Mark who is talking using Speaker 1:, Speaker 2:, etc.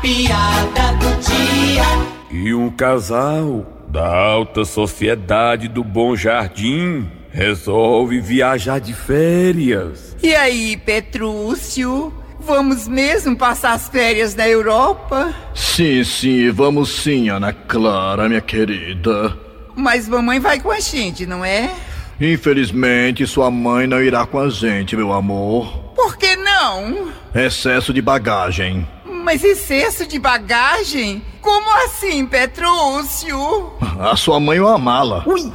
Speaker 1: piada do dia.
Speaker 2: E um casal da alta sociedade do Bom Jardim resolve viajar de férias.
Speaker 3: E aí, Petrúcio? Vamos mesmo passar as férias na Europa?
Speaker 4: Sim, sim, vamos sim, Ana Clara, minha querida.
Speaker 3: Mas mamãe vai com a gente, não é?
Speaker 4: Infelizmente, sua mãe não irá com a gente, meu amor.
Speaker 3: Por que não?
Speaker 4: Excesso de bagagem.
Speaker 3: Mas excesso de bagagem? Como assim, Petrúcio?
Speaker 4: A sua mãe é uma mala.
Speaker 3: Ui!